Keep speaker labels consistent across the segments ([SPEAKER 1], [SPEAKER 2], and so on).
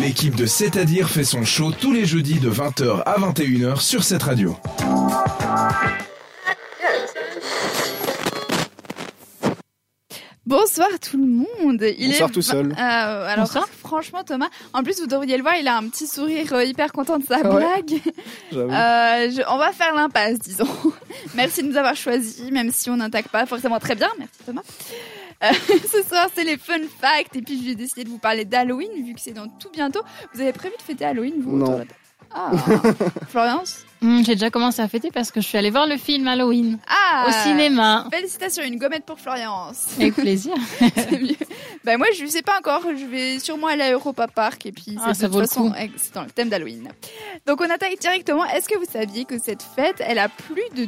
[SPEAKER 1] L'équipe de C'est-à-dire fait son show tous les jeudis de 20h à 21h sur cette radio.
[SPEAKER 2] Bonsoir tout le monde. Il
[SPEAKER 3] Bonsoir
[SPEAKER 2] est
[SPEAKER 3] tout seul.
[SPEAKER 2] Euh, alors
[SPEAKER 4] Bonsoir.
[SPEAKER 2] franchement Thomas, en plus vous devriez le voir, il a un petit sourire euh, hyper content de sa
[SPEAKER 3] Ouais.
[SPEAKER 2] blague.
[SPEAKER 3] J'avoue.
[SPEAKER 2] Euh, je- on va faire l'impasse, disons. Merci de nous avoir choisis, même si on n'attaque pas forcément très bien. Merci Thomas. Euh, ce soir, c'est les fun facts. Et puis, je vais décider de vous parler d'Halloween, vu que c'est dans tout bientôt. Vous avez prévu de fêter Halloween, vous
[SPEAKER 3] Non.
[SPEAKER 2] autour de la- Ah, Florence
[SPEAKER 4] Hmm, J'ai déjà commencé à fêter parce que je suis allée voir le film Halloween
[SPEAKER 2] Ah
[SPEAKER 4] au cinéma.
[SPEAKER 2] Félicitations, une gommette pour Florence.
[SPEAKER 4] Avec plaisir.
[SPEAKER 2] C'est mieux. Ben moi, je sais pas encore. Je vais sûrement aller à Europa Park et puis
[SPEAKER 4] Ah,
[SPEAKER 2] c'est
[SPEAKER 4] ça
[SPEAKER 2] de
[SPEAKER 4] vaut
[SPEAKER 2] toute
[SPEAKER 4] le
[SPEAKER 2] façon
[SPEAKER 4] coup.
[SPEAKER 2] eh, c'est dans le thème d'Halloween. Donc on attaque directement. Est-ce que vous saviez que cette fête, elle a plus de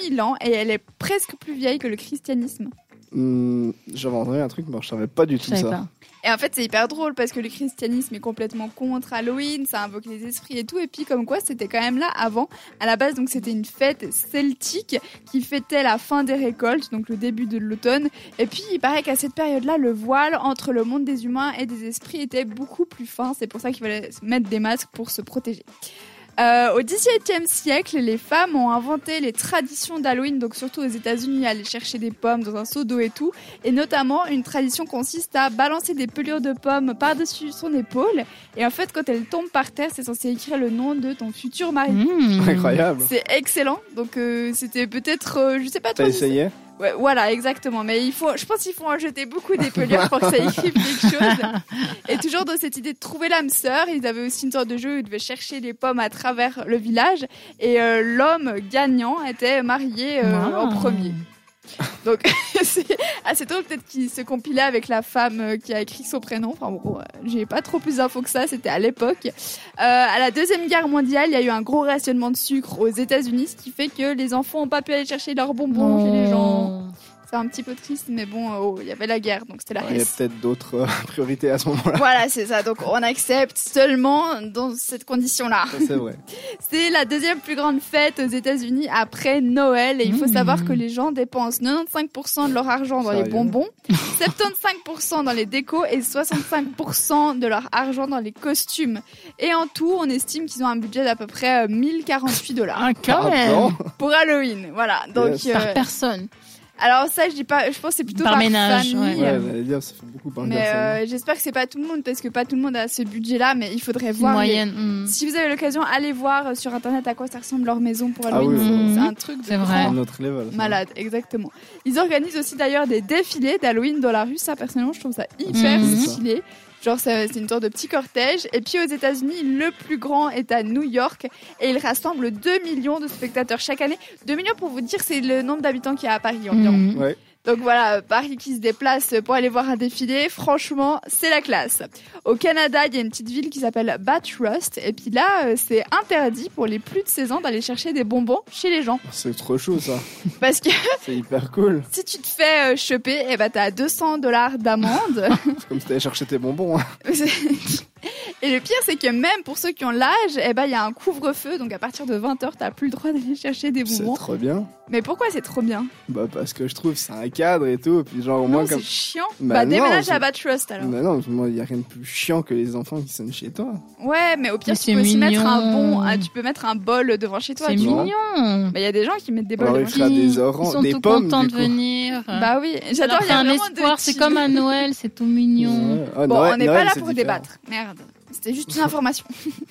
[SPEAKER 2] 2000 ans et elle est presque plus vieille que le christianisme
[SPEAKER 3] Hmm, J'avais entendu un truc, mais je savais pas du
[SPEAKER 4] Je
[SPEAKER 3] tout
[SPEAKER 4] savais
[SPEAKER 3] ça.
[SPEAKER 4] pas.
[SPEAKER 2] Et en fait, c'est hyper drôle parce que le christianisme est complètement contre Halloween, ça invoque les esprits et tout. Et puis, comme quoi, c'était quand même là avant. À la base, donc, c'était une fête celtique qui fêtait la fin des récoltes, donc le début de l'automne. Et puis, il paraît qu'à cette période-là, le voile entre le monde des humains et des esprits était beaucoup plus fin. C'est pour ça qu'il fallait se mettre des masques pour se protéger. Euh, au XVIIe siècle, les femmes ont inventé les traditions d'Halloween, donc surtout aux États-Unis, aller chercher des pommes dans un seau d'eau et tout. Et notamment, une tradition consiste à balancer des pelures de pommes par-dessus son épaule. Et en fait, quand elle tombe par terre, c'est censé écrire le nom de ton futur mari.
[SPEAKER 4] Hmm.
[SPEAKER 3] Incroyable.
[SPEAKER 2] C'est excellent. Donc, euh, c'était peut-être, euh, je sais pas
[SPEAKER 3] T'as
[SPEAKER 2] trop. si-
[SPEAKER 3] essayé
[SPEAKER 2] Ouais, voilà, exactement. Mais il faut, je pense qu'il faut en jeter beaucoup des pelures pour que ça écrive quelque chose. Et toujours dans cette idée de trouver l'âme sœur, ils avaient aussi une sorte de jeu où ils devaient chercher les pommes à travers le village. Et euh, l'homme gagnant était marié euh,
[SPEAKER 4] Wow.
[SPEAKER 2] en premier. Donc, c'est assez drôle, peut-être qu'il se compilait avec la femme euh, qui a écrit son prénom. Enfin bon, euh, j'ai pas trop plus d'infos que ça, c'était à l'époque. Euh, à la Deuxième Guerre mondiale, il y a eu un gros rationnement de sucre aux États-Unis, ce qui fait que les enfants ont pas pu aller chercher leurs bonbons chez les gens.
[SPEAKER 4] Non.
[SPEAKER 2] C'est un petit peu triste, mais bon, euh, oh, il y avait la guerre, donc c'était la
[SPEAKER 3] Il y a
[SPEAKER 2] Hesse.
[SPEAKER 3] peut-être d'autres euh, priorités à ce moment-là.
[SPEAKER 2] Voilà, c'est ça. Donc, on accepte seulement dans cette condition-là.
[SPEAKER 3] Ça, C'est vrai.
[SPEAKER 2] C'est la deuxième plus grande fête aux États-Unis après Noël. Et il faut
[SPEAKER 4] Mmh.
[SPEAKER 2] savoir que les gens dépensent 95% de leur argent dans les
[SPEAKER 3] Sérieux
[SPEAKER 2] bonbons, 75% dans les décos et 65% de leur argent dans les costumes. Et en tout, on estime qu'ils ont un budget d'à peu près euh, 1048 dollars
[SPEAKER 4] Ah, quand
[SPEAKER 3] Maintenant,
[SPEAKER 4] même.
[SPEAKER 2] pour Halloween. Voilà. Donc,
[SPEAKER 3] Yes.
[SPEAKER 2] euh,
[SPEAKER 4] Par personne.
[SPEAKER 2] alors ça, je dis pas, je pense que c'est plutôt par,
[SPEAKER 4] Par ménage,
[SPEAKER 2] famille.
[SPEAKER 3] Ouais, j'allais dire, ça fait beaucoup par
[SPEAKER 2] Mais
[SPEAKER 3] personne.
[SPEAKER 2] euh, j'espère que c'est pas tout le monde parce que pas tout le monde a ce budget-là, mais il faudrait voir. les-
[SPEAKER 4] Moyenne. hmm.
[SPEAKER 2] si vous avez l'occasion, allez voir euh, sur internet à quoi ça ressemble leur maison pour
[SPEAKER 3] Ah
[SPEAKER 2] Halloween.
[SPEAKER 3] oui,
[SPEAKER 2] C'est-
[SPEAKER 4] oui.
[SPEAKER 2] C'est un truc de
[SPEAKER 4] Mhm. C'est
[SPEAKER 2] grand
[SPEAKER 4] vrai.
[SPEAKER 3] À notre level. ça.
[SPEAKER 2] malade, exactement. Ils organisent aussi d'ailleurs des défilés d'Halloween dans la rue. Ça, personnellement, je trouve ça hyper
[SPEAKER 4] Mhm.
[SPEAKER 2] stylé. Genre, c'est c'est une sorte de petit cortège. Et puis aux États-Unis, le plus grand est à New York et il rassemble 2 millions de spectateurs chaque année. 2 millions pour vous dire, c'est le nombre d'habitants qu'il y a à Paris environ.
[SPEAKER 4] Hmm.
[SPEAKER 3] Ouais.
[SPEAKER 2] Donc voilà, Paris qui se déplace pour aller voir un défilé, franchement, c'est la classe. Au Canada, il y a une petite ville qui s'appelle Bathurst, et puis là, euh, c'est interdit pour les plus de 16 ans d'aller chercher des bonbons chez les gens.
[SPEAKER 3] C'est trop chaud ça.
[SPEAKER 2] Parce que
[SPEAKER 3] C'est hyper cool.
[SPEAKER 2] si tu te fais euh, choper, eh ben t'as 200 dollars d'amende.
[SPEAKER 3] C'est comme si t'allais chercher tes bonbons. hein.
[SPEAKER 2] et le pire, c'est que même pour ceux qui ont l'âge, eh ben il y a un couvre-feu, donc à partir de 20h, t'as plus le droit d'aller chercher des
[SPEAKER 3] C'est
[SPEAKER 2] bonbons.
[SPEAKER 3] trop bien.
[SPEAKER 2] Mais pourquoi c'est trop bien
[SPEAKER 3] Bah parce que je trouve c'est un cadre et tout. Et puis genre au
[SPEAKER 2] Non,
[SPEAKER 3] moins
[SPEAKER 2] c'est
[SPEAKER 3] comme.
[SPEAKER 2] chiant. Bah,
[SPEAKER 3] Bah non,
[SPEAKER 2] déménage
[SPEAKER 3] c'est-
[SPEAKER 2] à Bathurst alors.
[SPEAKER 3] Mais non, il n'y a rien de plus chiant que les enfants qui sont chez toi.
[SPEAKER 2] Ouais, mais au pire,
[SPEAKER 4] Mais
[SPEAKER 2] tu
[SPEAKER 4] c'est
[SPEAKER 2] peux aussi
[SPEAKER 4] mignon.
[SPEAKER 2] mettre un bon, ah, tu peux mettre un bol devant chez toi.
[SPEAKER 4] C'est
[SPEAKER 2] tu vois.
[SPEAKER 3] vois.
[SPEAKER 4] mignon.
[SPEAKER 2] Mais il y a des gens qui mettent des bols
[SPEAKER 3] Alors,
[SPEAKER 2] devant
[SPEAKER 3] il
[SPEAKER 2] chez
[SPEAKER 3] fera
[SPEAKER 4] Ils-
[SPEAKER 3] des oranges-
[SPEAKER 4] Ils sont
[SPEAKER 3] des
[SPEAKER 4] tout
[SPEAKER 3] pommes,
[SPEAKER 4] contents
[SPEAKER 3] du
[SPEAKER 4] de
[SPEAKER 3] coup.
[SPEAKER 4] venir.
[SPEAKER 2] toi. Bah oui,
[SPEAKER 4] Ça
[SPEAKER 2] j'adore.
[SPEAKER 4] leur
[SPEAKER 2] Il y
[SPEAKER 4] fait
[SPEAKER 2] a
[SPEAKER 4] un
[SPEAKER 2] vraiment
[SPEAKER 4] espoir.
[SPEAKER 2] de
[SPEAKER 4] C'est
[SPEAKER 2] petits-
[SPEAKER 4] comme à Noël. C'est tout mignon.
[SPEAKER 3] Ouais.
[SPEAKER 2] Bon,
[SPEAKER 3] Ah, Bah, Noël-
[SPEAKER 2] on n'est pas
[SPEAKER 3] Noël,
[SPEAKER 2] là
[SPEAKER 3] c'est
[SPEAKER 2] pour
[SPEAKER 3] différent.
[SPEAKER 2] débattre. Merde. C'était juste une information.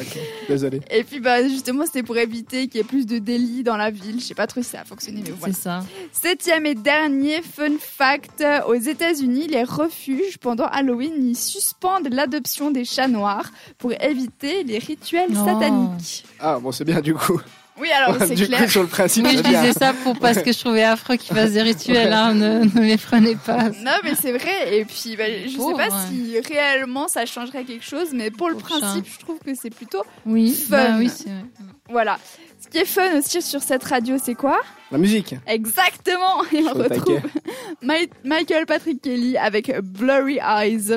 [SPEAKER 3] Ok, Désolé.
[SPEAKER 2] Et puis, bah, justement, c'était pour éviter qu'il y ait plus de délits dans la ville. Je sais pas trop si ça a fonctionné, mais voilà.
[SPEAKER 4] C'est ça.
[SPEAKER 2] Septième et dernier fun fact. Aux États-Unis, les refuges, pendant Halloween, ils suspendent l'adoption des chats noirs pour éviter les rituels
[SPEAKER 4] Oh.
[SPEAKER 2] sataniques.
[SPEAKER 3] Ah bon c'est bien du coup.
[SPEAKER 2] Oui, alors c'est
[SPEAKER 3] du
[SPEAKER 2] clair.
[SPEAKER 3] coup sur le principe
[SPEAKER 4] Moi, je
[SPEAKER 3] c'est bien.
[SPEAKER 4] disais ça pour parce que je trouvais affreux qu'ils fassent des rituels. hein, ne, ne les prenez pas.
[SPEAKER 2] Non, mais c'est vrai. Et puis, bah, je sais
[SPEAKER 4] Pauvre,
[SPEAKER 2] pas
[SPEAKER 4] ouais.
[SPEAKER 2] si réellement ça changerait quelque chose, mais pour le
[SPEAKER 4] Pauvre chat.
[SPEAKER 2] principe, je trouve que c'est plutôt.
[SPEAKER 4] Oui,
[SPEAKER 2] Fun.
[SPEAKER 4] bah oui, c'est vrai.
[SPEAKER 2] Voilà. Ce qui est fun aussi sur cette radio, c'est quoi
[SPEAKER 3] La musique.
[SPEAKER 2] Exactement Et on
[SPEAKER 3] suis au
[SPEAKER 2] retrouve Ma- Michael Patrick Kelly avec Blurry Eyes.